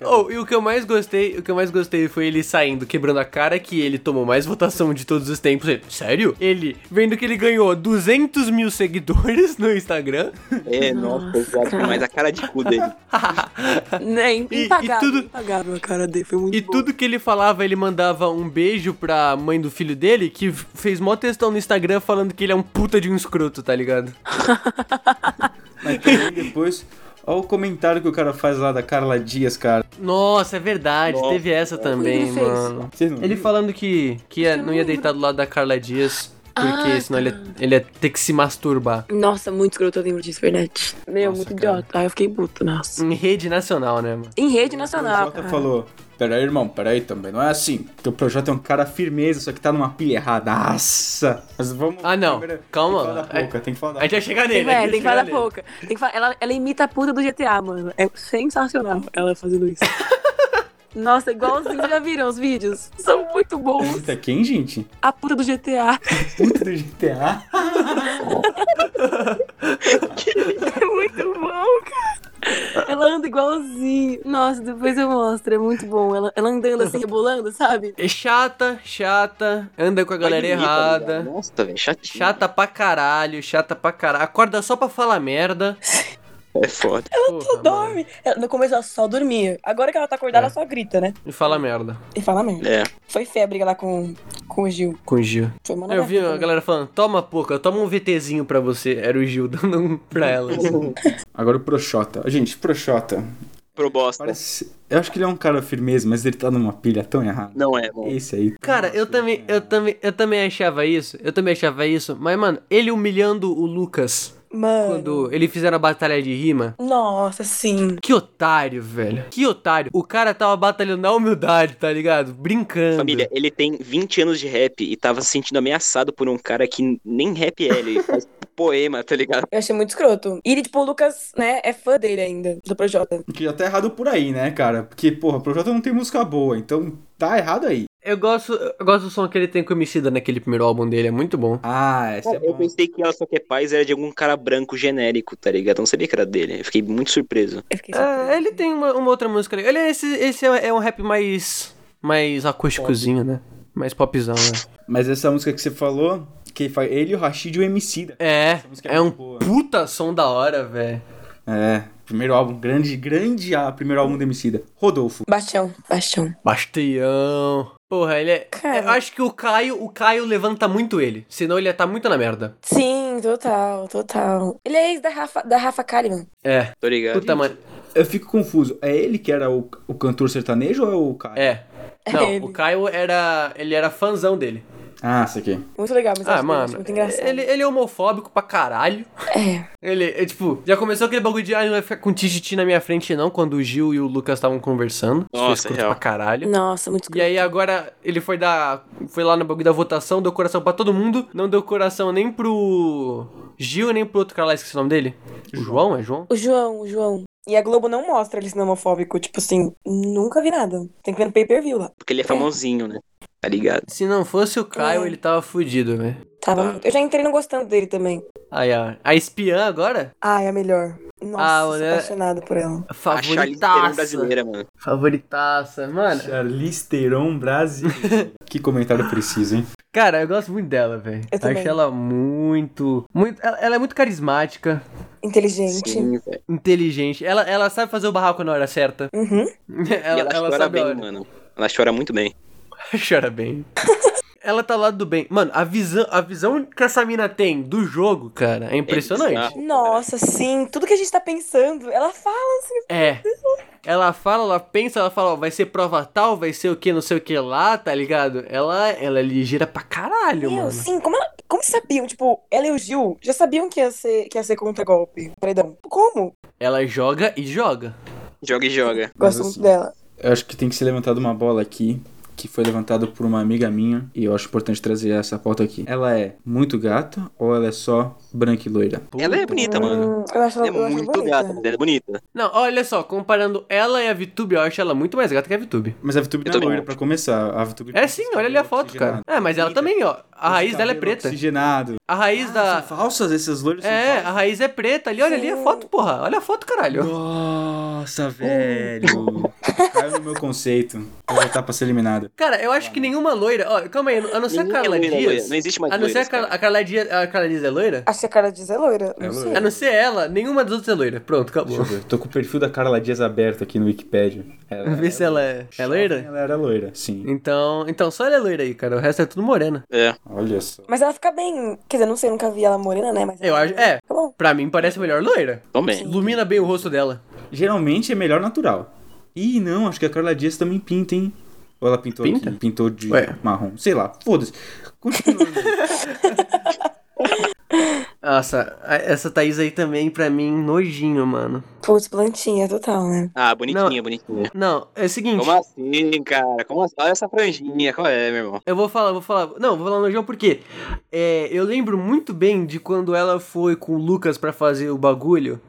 B: Oh, e o que eu mais gostei, o que eu mais gostei foi ele saindo, quebrando a cara, que ele tomou mais votação de todos os tempos. Ele, Sério? Ele, vendo que ele ganhou 200 mil seguidores no Instagram.
D: É, nossa, exato. Mas a cara de cu dele.
E: Né?
B: e
E: Impagável.
B: tudo-
E: Impagável a cara dele. Foi muito
B: E
E: bom.
B: tudo que ele falava, ele mandava um beijo pra mãe do filho dele, que f- fez mó textão no Instagram falando que ele é um puta de um escroto, tá ligado?
A: Mas também depois, olha o comentário que o cara faz lá da Carla Dias, cara.
B: Nossa, é verdade,
D: Nossa.
B: teve essa também,
E: ele fez?
B: mano.
A: Vocês não
B: Ele
A: viram?
B: falando que, que ia-
E: eu
B: não
E: não
B: ia
E: lembro.
B: deitar do lado da Carla Dias, porque
E: Ah,
B: senão ele, ia- ele ia ter que se masturbar.
E: Nossa, muito escroto, eu lembro disso, verdade. Meu,
B: Nossa,
E: muito
B: cara.
E: idiota. Aí eu fiquei puto, nossa.
B: Em rede nacional, né, mano?
E: Em rede
A: O
E: nacional,
A: Jota
E: cara.
A: falou: Peraí, irmão, peraí também. Não é assim. Teu projeto é um cara firmeza, só que tá numa pilha erradaça. Mas vamos.
B: Ah, não.
A: primeiro-
B: Calma,
A: Tem que falar da
B: é-
A: pouca, tem que falar da
B: A gente vai chegar
E: Tem,
B: nele.
E: é,
B: a gente
E: tem que falar da
B: vai chegar
E: pouca. Tem que falar, ela, ela imita a puta do GTA, mano. É sensacional ela fazendo isso. Nossa, igualzinho, vocês já viram os vídeos? São muito bons.
A: Puta, quem, gente?
E: A puta do GTA.
A: Puta do GTA.
E: É muito bom, cara. Ela anda igualzinho. Nossa, depois eu mostro. É muito bom. Ela, ela andando assim, rebolando, sabe?
B: É chata, chata, anda com a galera
D: Vai dormir, tá ligado?
B: errada.
D: Nossa, velho, chatinho.
B: Chata pra caralho, chata pra caralho. Acorda só pra falar merda.
D: É foda.
B: Ela
C: Só dorme. Ela- no começo ela só dormia. Agora que ela tá
B: É.
C: acordada, ela só grita, né?
B: E fala merda.
C: E fala merda.
D: É.
C: Foi feia a briga lá com, com o Gil.
B: Com o Gil.
C: Foi uma
B: Eu vi
C: novela
B: a
C: também.
B: galera falando, toma pouca, toma um VTzinho pra você. Era o Gil dando um pra ela.
A: Agora o Proxota. Gente, Proxota.
D: Pro bosta.
A: Parece. Eu acho que ele é um cara firmeza, mas ele tá numa pilha tão errada.
D: Não é, mano.
A: Esse aí.
B: Cara, eu também, eu também, eu também achava isso. Eu também achava isso. Mas, mano, ele humilhando o Lucas
C: Mano.
B: quando ele fizeram a batalha de rima.
C: Nossa, sim.
B: Que otário, velho. Que otário. O cara tava batalhando na humildade, tá ligado? Brincando.
D: Família, ele tem 20 anos de rap e tava se sentindo ameaçado por um cara que nem rap é, ele faz poema, tá ligado?
C: Eu achei muito escroto. E ele, tipo, o Lucas, né, é fã dele ainda, do Projota.
A: Que já tá errado por aí, né, cara? Porque, porra, o Projota não tem música boa, então tá errado aí.
B: Eu gosto, eu gosto do som que ele tem com o Emicida naquele primeiro álbum dele, é muito bom.
A: Ah, essa é
D: eu
A: bom.
D: pensei que ela só quer paz era de algum cara branco genérico, tá ligado? Eu não sabia que era dele. Eu fiquei muito surpreso.
C: Eu fiquei surpresa.
B: É, ele tem uma, uma outra música ali. Ele é esse, esse é é um rap mais mais acústicozinho, né? Mais popzão, né?
A: Mas essa música que você falou, que fa- ele, o Rashid e o Emicida.
B: É,
A: música é
B: é um
A: muito boa.
B: puta som da hora, velho.
A: É, primeiro álbum, grande, grande ah, primeiro álbum do Emicida. Rodolfo.
C: Bastião, Bastião.
B: Bastião. Porra, ele é.
C: Cara.
B: Eu acho que o Caio, o Caio levanta muito ele. Senão ele ia tá muito na merda.
C: Sim, total, total. Ele é ex da Rafa, da Rafa Kalimann.
B: É.
D: Tô ligado.
B: Puta, mano.
A: Eu fico confuso, é ele que era o, o cantor sertanejo ou é o cara?
B: É.
C: É
B: Não,
C: ele.
B: o Caio era. Ele era fãzão dele.
A: Ah, isso aqui.
C: Muito legal, mas eu
B: Ah,
C: acho- eu acho
B: mano.
C: muito engraçado.
B: Ele, ele é homofóbico pra caralho.
C: É.
B: Ele, é, tipo, já começou aquele bagulho de, ah, não vai ficar com tititi na minha frente, não, quando o Gil e o Lucas estavam conversando. Isso foi
D: Nossa,
B: escroto
D: real.
B: pra caralho.
C: Nossa, muito
B: E aí agora ele foi dar. Foi lá no bagulho da votação, deu coração pra todo mundo, não deu coração nem pro Gil, nem pro outro cara lá, esqueci o nome dele. O João, é João?
C: O João, o João. E a Globo não mostra ele sendo homofóbico. Tipo assim, nunca vi nada. Tem que ver no pay-per-view lá.
D: Porque ele é famosinho, né? Tá ligado?
B: Se não fosse o Caio,
C: É.
B: ele tava fudido, velho.
C: Tava muito- Eu já entrei não gostando dele também.
B: Aí, ó. A espiã agora?
C: Ai, é a melhor. Nossa,
B: Ah,
C: sou
B: né?
C: apaixonada por ela.
D: A Charlize Theron é
B: Favoritaça.
D: brasileira, mano.
B: Favoritaça. Mano,
A: Charlize Theron Brasil. que comentário preciso, hein?
B: Cara, eu gosto muito dela, velho.
C: Eu
B: Acho
C: também.
B: ela muito. muito ela, ela é muito carismática,
C: Inteligente.
D: Sim, velho.
B: inteligente. Ela, ela sabe fazer o barraco na hora certa.
C: Uhum.
B: ela,
D: E ela,
B: ela
D: chora
B: sabe a
D: bem,
B: hora.
D: mano. Ela chora muito bem.
B: Chora bem. ela tá lá do bem. Mano, a visão, a visão que essa mina tem do jogo, cara, é impressionante.
D: bizarro.
C: Nossa, sim. Tudo que a gente tá pensando, ela fala assim.
B: É. Ela fala, ela pensa, ela fala, ó, vai ser prova tal, vai ser o que, não sei o que lá, tá ligado? Ela, ela é ligeira pra caralho,
C: Meu,
B: mano.
C: sim. Como, ela, como sabiam? Tipo, ela e o Gil já sabiam que ia ser, que ia ser contra-golpe. Perdão. Como?
B: Ela joga e joga.
D: Joga e joga.
A: Mas
C: Gosto
A: assim-
C: muito dela.
A: Eu acho que tem que ser levantada uma bola aqui, que foi levantada por uma amiga minha, e eu acho importante trazer essa pauta aqui. Ela é muito gata ou ela é só branca e loira?
D: Ela é bonita, mano.
C: Hum, eu acho ela,
D: Ela é
C: eu acho ela
D: muito
C: bonita.
D: gata, mas ela é bonita.
B: Não, olha só, comparando ela e a VTube, eu acho ela muito mais gata que a VTube.
A: Mas a VTube
D: Eu
A: não é
D: também
A: loira
D: acho.
A: pra começar. A VTube
B: É sim, olha ali a foto, cara. É, mas ela também, ó. A raiz dela é preta.
A: Oxigenado.
B: A
A: Ah,
B: raiz da.
A: São falsas essas loiras? são
B: É,
A: falsas?
B: a raiz é preta ali, olha ali a foto, porra. Olha a foto, caralho.
A: Nossa, velho. Caiu no meu conceito. Eu vou estar pra ser eliminado.
B: Cara, eu acho que nenhuma loira. Ó, calma aí, a não ser a
D: Nenhuma
B: Carla
D: loira é loira.
B: Dias.
D: Não existe mais
B: A não ser a
D: loiras,
B: Carla,
D: cara.
B: a Carla Dias. A Carla Dias é loira?
C: Acho que a cara diz é loira.
A: É
C: Não sei.
A: loira.
B: A não ser ela, nenhuma das outras é loira. Pronto, acabou.
A: Deixa eu ver. Tô com o perfil da Carla Dias aberto aqui no Wikipedia. Ela
B: Vê se ela é, é
A: Jovem,
B: loira?
A: Ela era loira, sim.
B: Então, então só ela é loira aí, cara. O resto é tudo morena.
D: É.
A: Olha só.
C: Mas ela fica bem. Quer dizer, não sei, eu nunca vi ela morena, né? Mas
B: Eu acho. É,
C: Tá bom.
B: pra mim parece melhor loira.
D: Também.
B: Ilumina bem o rosto dela.
A: Geralmente é melhor natural. Ih, não, acho que a Carla Dias também pinta, hein? Ou ela pintou
B: Pinta?
A: aqui? Pintou de
B: Ué.
A: marrom. Sei lá, foda-se. Continuando.
B: Ah, Nossa, a- essa Thaís aí também, pra mim, nojinho, mano.
C: Putz, plantinha total, né?
D: Ah, bonitinha, bonitinha.
B: Não, é o seguinte.
D: Como assim, cara? Como assim? Olha essa franjinha, qual é, meu irmão?
B: Eu vou falar, vou falar. Não, vou falar no João porque é, eu lembro muito bem de quando ela foi com o Lucas pra fazer o bagulho.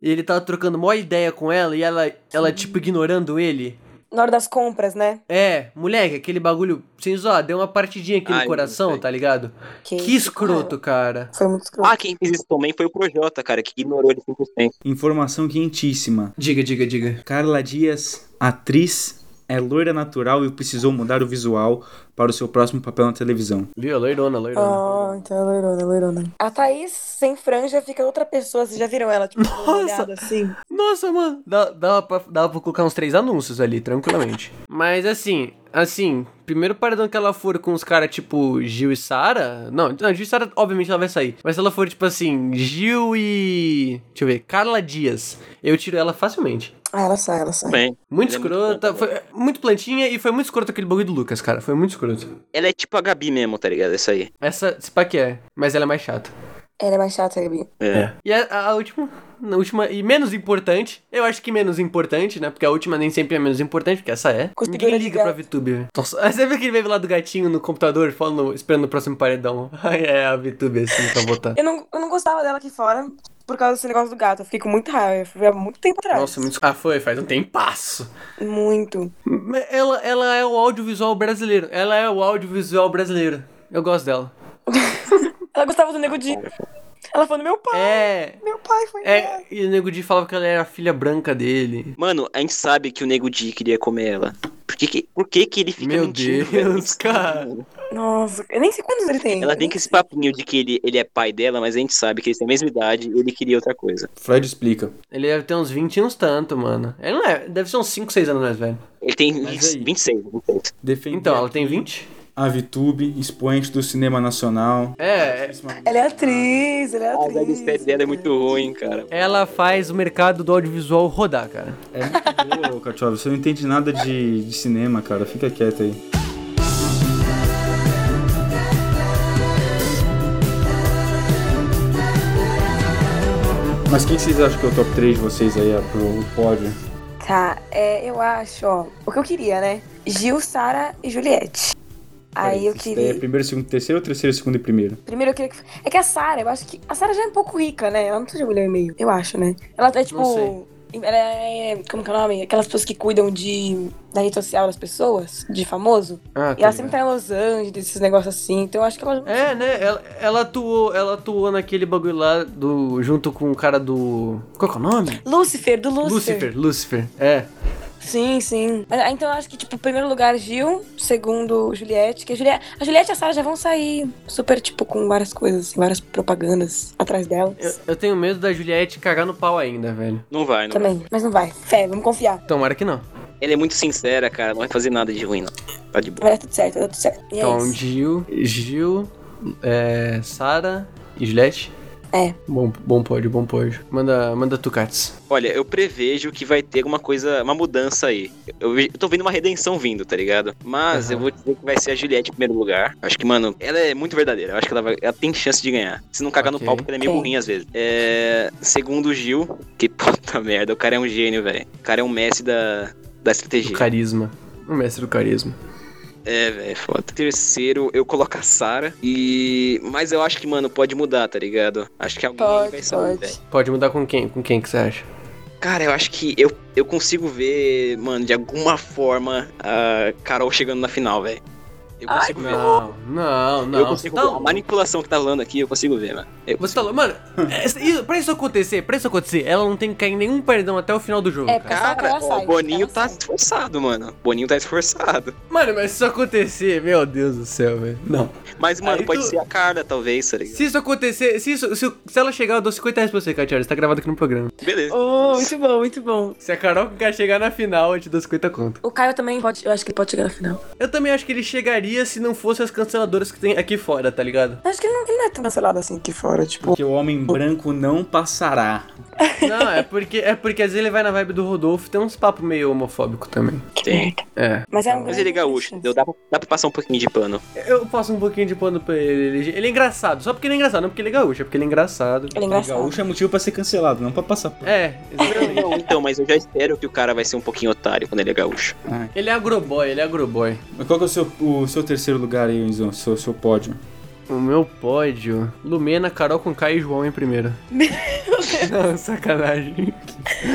B: E ele tava trocando mó ideia com ela e ela, ela tipo, ignorando ele.
C: Na hora das compras, né?
B: É, moleque, aquele bagulho, sem zoar, deu uma partidinha aqui
D: Ai,
B: no
D: não
B: coração,
D: sei.
B: tá ligado? Que escroto, cara.
C: Foi muito escroto.
D: Ah, quem fez isso também foi o Projota, cara, que ignorou ele 100%.
A: Informação quentíssima.
B: Diga, diga, diga.
A: Carla Dias, atriz, é loira natural e precisou mudar o visual para o seu próximo papel na televisão.
B: Viu? Loirona, loirona.
C: Ah, então é loirona, loirona. A Thaís sem franja fica outra pessoa, vocês já viram ela, tipo,
B: Nossa!
C: olhada assim?
B: Ah. Nossa, mano, dá, dá, pra, dá pra colocar uns três anúncios ali, tranquilamente. Mas assim, assim, primeiro paredão que ela for com os caras tipo Gil e Sara. Não, não, Gil e Sara, obviamente ela vai sair. Mas se ela for tipo assim, Gil e. Deixa eu ver, Carla Dias, eu tiro ela facilmente.
C: Ah, ela sai, ela sai.
D: Bem,
B: Muito
D: Ela é muito
B: escrota,
D: planta,
B: foi é, muito plantinha e foi muito escroto aquele bagulho do Lucas, cara. Foi muito escroto.
D: ela é tipo a Gabi mesmo, tá ligado? Essa aí.
B: Essa, se pá que é, mas ela é mais chata.
C: Ela é mais chata, Gabi.
D: É.
B: E a, a última, a última e menos importante, eu acho que menos importante, né? Porque a última nem sempre é menos importante, porque essa é.
C: Cuspidora
B: Ninguém
C: de
B: liga pra
C: gato.
B: VTube. Nossa, você viu aquele meme lá do gatinho no computador falando, esperando o próximo paredão? Ai, é a VTube assim pra botar.
C: Eu não, eu não gostava dela aqui fora por causa desse negócio do gato. Eu fiquei com muita raiva. Foi há muito tempo atrás.
B: Nossa, muito... Ah, foi, faz um tempasso.
C: Muito.
B: Mas Ela, ela é o audiovisual brasileiro. Ela é o audiovisual brasileiro. Eu gosto dela.
C: Ela gostava do Nego Di. Ela falou, meu pai,
B: É.
C: meu pai foi embora.
B: É, e o Nego Di falava que ela era a filha branca dele.
D: Mano, a gente sabe que o Nego Di queria comer ela. Por que que, por que, que ele fica
B: Meu
D: mentindo?
B: Deus,
D: velho? A gente sabe,
B: cara.
D: mano.
C: Nossa, eu nem sei quantos ele tem.
D: Ela tem que esse papinho de que ele, ele é pai dela, mas a gente sabe que eles têm a mesma idade e ele queria outra coisa.
A: Freud explica.
B: Ele deve ter uns 20 e uns tanto, mano. Ele não é, deve ser uns 5, 6 anos mais velho.
D: Ele tem
A: Mas aí?
D: 26, 26.
A: Defende
B: Então, ela tem 20?
A: a VTube, expoente do cinema nacional.
B: É,
C: Ela é atriz, ela é
D: A
C: atriz.
D: velha dela é muito ruim, cara.
B: ela faz o mercado do audiovisual rodar, cara.
A: É muito boa, ô, Cachorro. Você não entende nada de, de cinema, cara. Fica quieto aí. Mas quem que vocês acham que é o top 3 de vocês aí ó, pro pódio?
C: Tá, é, eu acho, ó, o que eu queria, né? Gil, Sara e Juliette. Aí eu
A: Isso daí
C: queria.
A: É primeiro, segundo, terceiro ou terceiro, segundo e primeiro?
C: Primeiro eu queria que. É que a Sarah, eu acho que. A Sarah já é um pouco rica, né? Ela não precisa de um milhão e meio, eu acho, né? Ela é
B: Não
C: tipo.
B: sei.
C: Ela é. Como que é o nome? Aquelas pessoas que cuidam de. da rede social das pessoas, de famoso.
B: Ah,
C: e ela sempre tá em Los Angeles, esses negócios assim. Então eu acho que ela.
B: É, né? Ela, ela atuou, ela atuou naquele bagulho lá do junto com o cara do Qual que é o nome?
C: Lucifer, do Lucifer.
B: Lucifer, Lucifer. É.
C: Sim, sim. Ah, Então eu acho que, tipo, primeiro lugar, Gil. Segundo, Juliette. Que a Juliette, a Juliette e a Sarah já vão sair super, tipo, com várias coisas, assim, várias propagandas atrás delas.
B: Eu, eu tenho medo da Juliette cagar no pau ainda, velho.
D: Não vai, não.
C: Também. Mas não vai. Fé, vamos confiar.
B: Tomara que não.
D: Ela é muito sincera, cara. Não vai fazer nada de ruim, não. Tá de boa.
C: Vai dar tudo certo, vai dar tudo certo. E é
B: Então,
C: isso.
B: Gil, Gil, é, Sara e Juliette.
C: É.
B: Bom, bom pódio, bom pódio. Manda, manda Tucats.
D: Olha, eu prevejo que vai ter alguma coisa, uma mudança aí. Eu, ve- eu tô vendo uma redenção vindo, tá ligado? Mas
B: Aham.
D: eu vou dizer que vai ser a Juliette em primeiro lugar. Acho que, mano, ela é muito verdadeira. Eu acho que ela, vai- ela tem chance de ganhar. Se não cagar
B: Ok.
D: no pau, porque ela é meio
C: Ok.
D: burrinha às vezes. É. Segundo o Gil, que puta merda, o cara é um gênio, velho. O cara é um mestre da,
B: Do
D: da estratégia.
B: carisma. O mestre do carisma.
D: É, velho, é foda. Terceiro, eu coloco a Sarah. E. Mas eu acho que, mano, pode mudar, tá ligado? Acho que alguém vai
C: Pode,
D: sair,
C: pode.
D: velho.
B: Pode mudar com quem? Com quem que você acha?
D: Cara, eu acho que eu, eu consigo ver, mano, de alguma forma, a Carol chegando na final, velho. Eu consigo ver.
B: Não, não, não.
D: eu consigo
B: Tá-
D: ver. A manipulação que tá rolando aqui, eu consigo ver, mano. Eu
B: Você falou, mano, essa- isso- pra isso acontecer, pra isso acontecer, ela não tem que cair em nenhum perdão até o final do jogo,
C: É,
B: cara.
C: Essa cara
D: Cara,
C: sai,
D: o Boninho
C: essa
D: tá
C: sai.
D: esforçado, mano. Boninho tá esforçado.
B: Mano, mas se isso acontecer, meu Deus do céu, velho. Não.
D: Mas, mano,
B: Aí
D: pode
B: tu-
D: ser a Carla, talvez, tá ligado?
B: Se isso acontecer, se, isso, se, o- se ela chegar, eu dou 50 reais pra você, Katiara. Isso tá gravado aqui no programa.
D: Beleza.
E: Oh, muito bom, muito bom.
B: Se a Carol quer chegar na final, eu te dou 50 conto.
C: O Caio também pode. Eu acho que ele pode chegar na final.
B: Eu também acho que ele chegaria cancelaria se não fossem as canceladoras que tem aqui fora, tá ligado?
C: Acho que ele não, ele não é tão cancelado assim aqui fora, tipo.
A: Porque o homem branco não passará.
B: Não, é porque, é porque às vezes ele vai na vibe do Rodolfo, tem uns papos meio homofóbico também.
D: Tem.
B: É.
C: Mas é um
D: Mas ele é gaúcho, entendeu? Dá, pra- dá pra passar um pouquinho de pano.
B: Eu passo um pouquinho de pano pra ele. Ele- Ele é engraçado, só porque ele é engraçado, não porque ele é gaúcho, é porque ele é engraçado.
C: Ele é engraçado.
A: Gaúcho é motivo pra ser cancelado, não pra passar por.
B: É, exatamente.
D: Não, então, mas eu já espero que o cara vai ser um pouquinho otário quando ele é gaúcho.
A: Ai.
B: Ele é agroboy, ele é agroboy.
A: Mas qual que é o seu, o seu terceiro lugar aí, Enzo? Seu, seu pódio?
B: O meu pódio. Lumena, Carol com e João em primeiro. Não, sacanagem.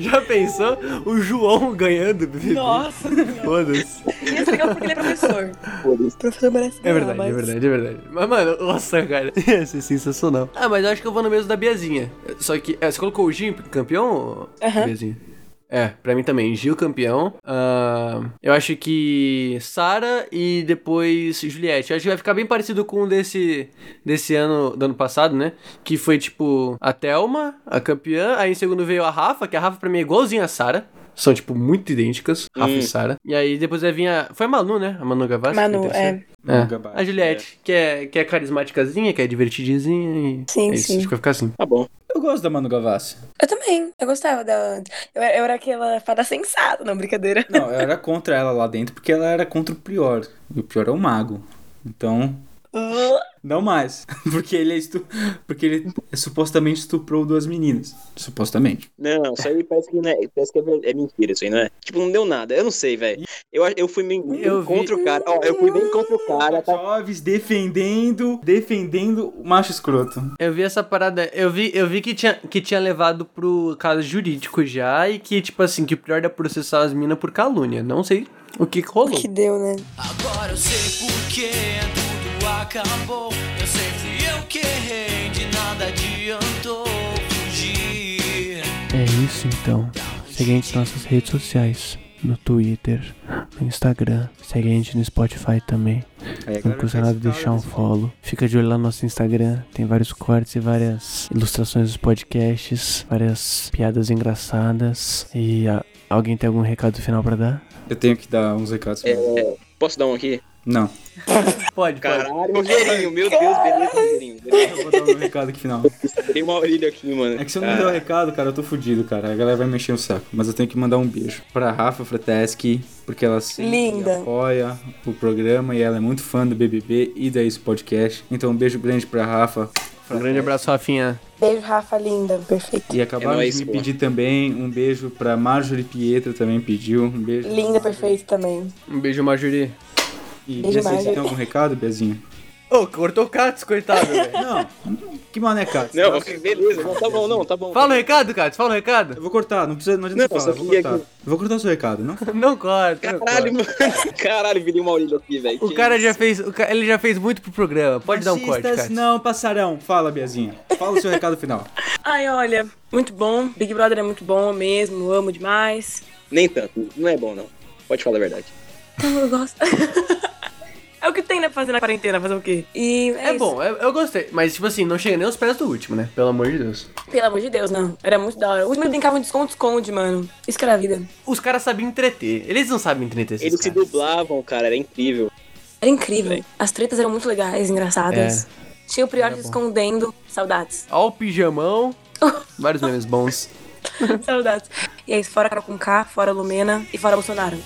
B: Já pensou? O João ganhando, bebê.
C: Nossa,
B: Foda-se.
C: ia ser legal porque ele é professor. O professor merece
B: É
C: ganhar,
B: verdade,
C: mas-
B: é verdade, é verdade. Mas, mano, nossa, cara, ia ser sensacional. Ah, mas eu acho que eu vou no mesmo da Biazinha. Só que. é, Você colocou o Gil campeão?
C: Aham.
B: Biazinha. É, pra mim também. Gil campeão. Ah, eu acho que Sara e depois Juliette. Eu acho que vai ficar bem parecido com o desse, desse ano, do ano passado, né? Que foi tipo a Thelma, a campeã. Aí em segundo veio a Rafa, que a Rafa pra mim é igualzinha a Sara. São, tipo, muito idênticas, Rafa e
D: Hum.
B: Sara. E aí depois vai vir a. Foi a Manu, né? A Manu Gavassi. que
C: Manu,
B: foi terceira.
C: é.
B: É.
A: Gabarito.
B: A Juliette, que, é, que é carismáticazinha, que é divertidinha e.
C: Sim,
B: é isso,
C: sim.
B: Acho que vai ficar assim.
D: Tá bom.
A: É. Eu gosto da Manu Gavassi.
C: Eu também, eu gostava da. Eu, eu era aquela fada sensata, não, brincadeira.
A: Não, eu era contra ela lá dentro porque ela era contra o Prior. E o Prior é o mago. Então, não mais. Porque ele, é estu... porque ele supostamente estuprou duas meninas. Supostamente.
D: Não, isso aí parece que, não é, parece que é, ver- é mentira, isso aí, não é? Tipo, não deu nada, eu não sei, velho. Eu, eu fui meio
B: Eu
D: contra o cara, ó, eu fui bem contra o cara, tá?
A: Jovens defendendo, defendendo o macho escroto.
B: Eu vi essa parada, eu vi, eu vi que, tinha, que tinha levado pro caso jurídico já e que, tipo assim, que o pior era processar as minas por calúnia. Não sei o que que
C: O
D: Hum.
B: rolou.
C: que deu, né?
F: Agora eu sei porque tudo acabou. Eu sei que eu que errei, de nada adiantou fugir.
B: É isso então. Segue a gente nas nossas redes sociais. No Twitter, no Instagram, segue a gente no Spotify também.
A: Aí,
B: Não
A: agora
B: custa
A: vai
B: nada
A: ficar
B: deixar um
A: olhando.
B: follow. Fica de olho lá no nosso Instagram. Tem vários cortes e várias ilustrações dos podcasts, várias piadas engraçadas. E ah, alguém tem algum recado final pra dar?
A: Eu tenho que dar uns recados.
D: É, posso dar um aqui?
A: Não.
B: Pode,
D: Caralho, Rogerinho, meu Deus, beleza, Rogerinho. Beleza,
A: Eu vou dar um recado aqui final.
D: Dei uma orelha aqui, mano. Ah.
A: É que se eu não der o recado, cara, eu tô fudido, cara. A galera vai mexer o saco. Mas eu tenho que mandar um beijo pra Rafa Frateski, porque ela sempre
C: Linda.
A: apoia o programa e ela é muito fã do BBB e da Isso Podcast. Então um beijo grande pra Rafa.
B: Um grande abraço, Rafinha.
C: Beijo, Rafa, linda. Perfeito.
A: E acabaram
D: É nóis,
A: de me
D: pô.
A: pedir também um beijo pra Marjorie Pietra, também pediu. Um beijo.
C: Linda, perfeita também.
B: Um beijo, Majuri.
A: E
C: Beijo,
A: Bia, você
C: Marjorie.
A: tem algum recado, Bezinho?
B: Ô, cortou o Katz, coitado, velho.
A: Não, que mané, cara.
D: Não, beleza, não, tá bom, não, tá bom.
B: Fala o recado, Katz, fala o recado.
A: Eu vou cortar, não precisa, não adianta falar.
D: Não, só
A: Eu vou
D: queria
A: cortar.
D: que-
A: Eu vou cortar o seu recado, não?
B: Não corta. não
D: Caralho,
B: corta.
D: mano. Caralho, virei uma orelha aqui, velho.
B: O
D: Que
B: cara já
D: isso?
B: fez, o ca- ele já fez muito pro programa. Pode dar um corte,
A: Machistas
B: Katz.
A: não passarão. Fala, Biazinha. Fala o seu recado final.
C: Ai, olha, muito bom. Big Brother é muito bom mesmo, amo demais.
D: Nem tanto, não é bom, não. Pode falar a verdade.
C: Então eu gosto. é o que tem, né, pra fazer na quarentena, fazer o quê? E
B: É
C: é, isso.
B: bom, eu, eu gostei. Mas, tipo assim, não chega nem aos pés do último, né? Pelo amor de Deus.
C: Pelo amor de Deus, não. Era muito da hora. Os meus brincavam de esconde-esconde, mano. Isso que era a vida.
B: Os caras sabem entreter. Eles não sabem entreter esses
D: Eles se
B: caras.
D: dublavam, cara, era incrível.
C: Era incrível. As tretas eram muito legais, engraçadas. Tinha o Prior
B: Era
C: se
B: bom.
C: escondendo. Saudades.
B: Ó o pijamão. Vários memes bons.
C: Saudades. E é isso, fora Carol com K, fora Lumena e fora Bolsonaro.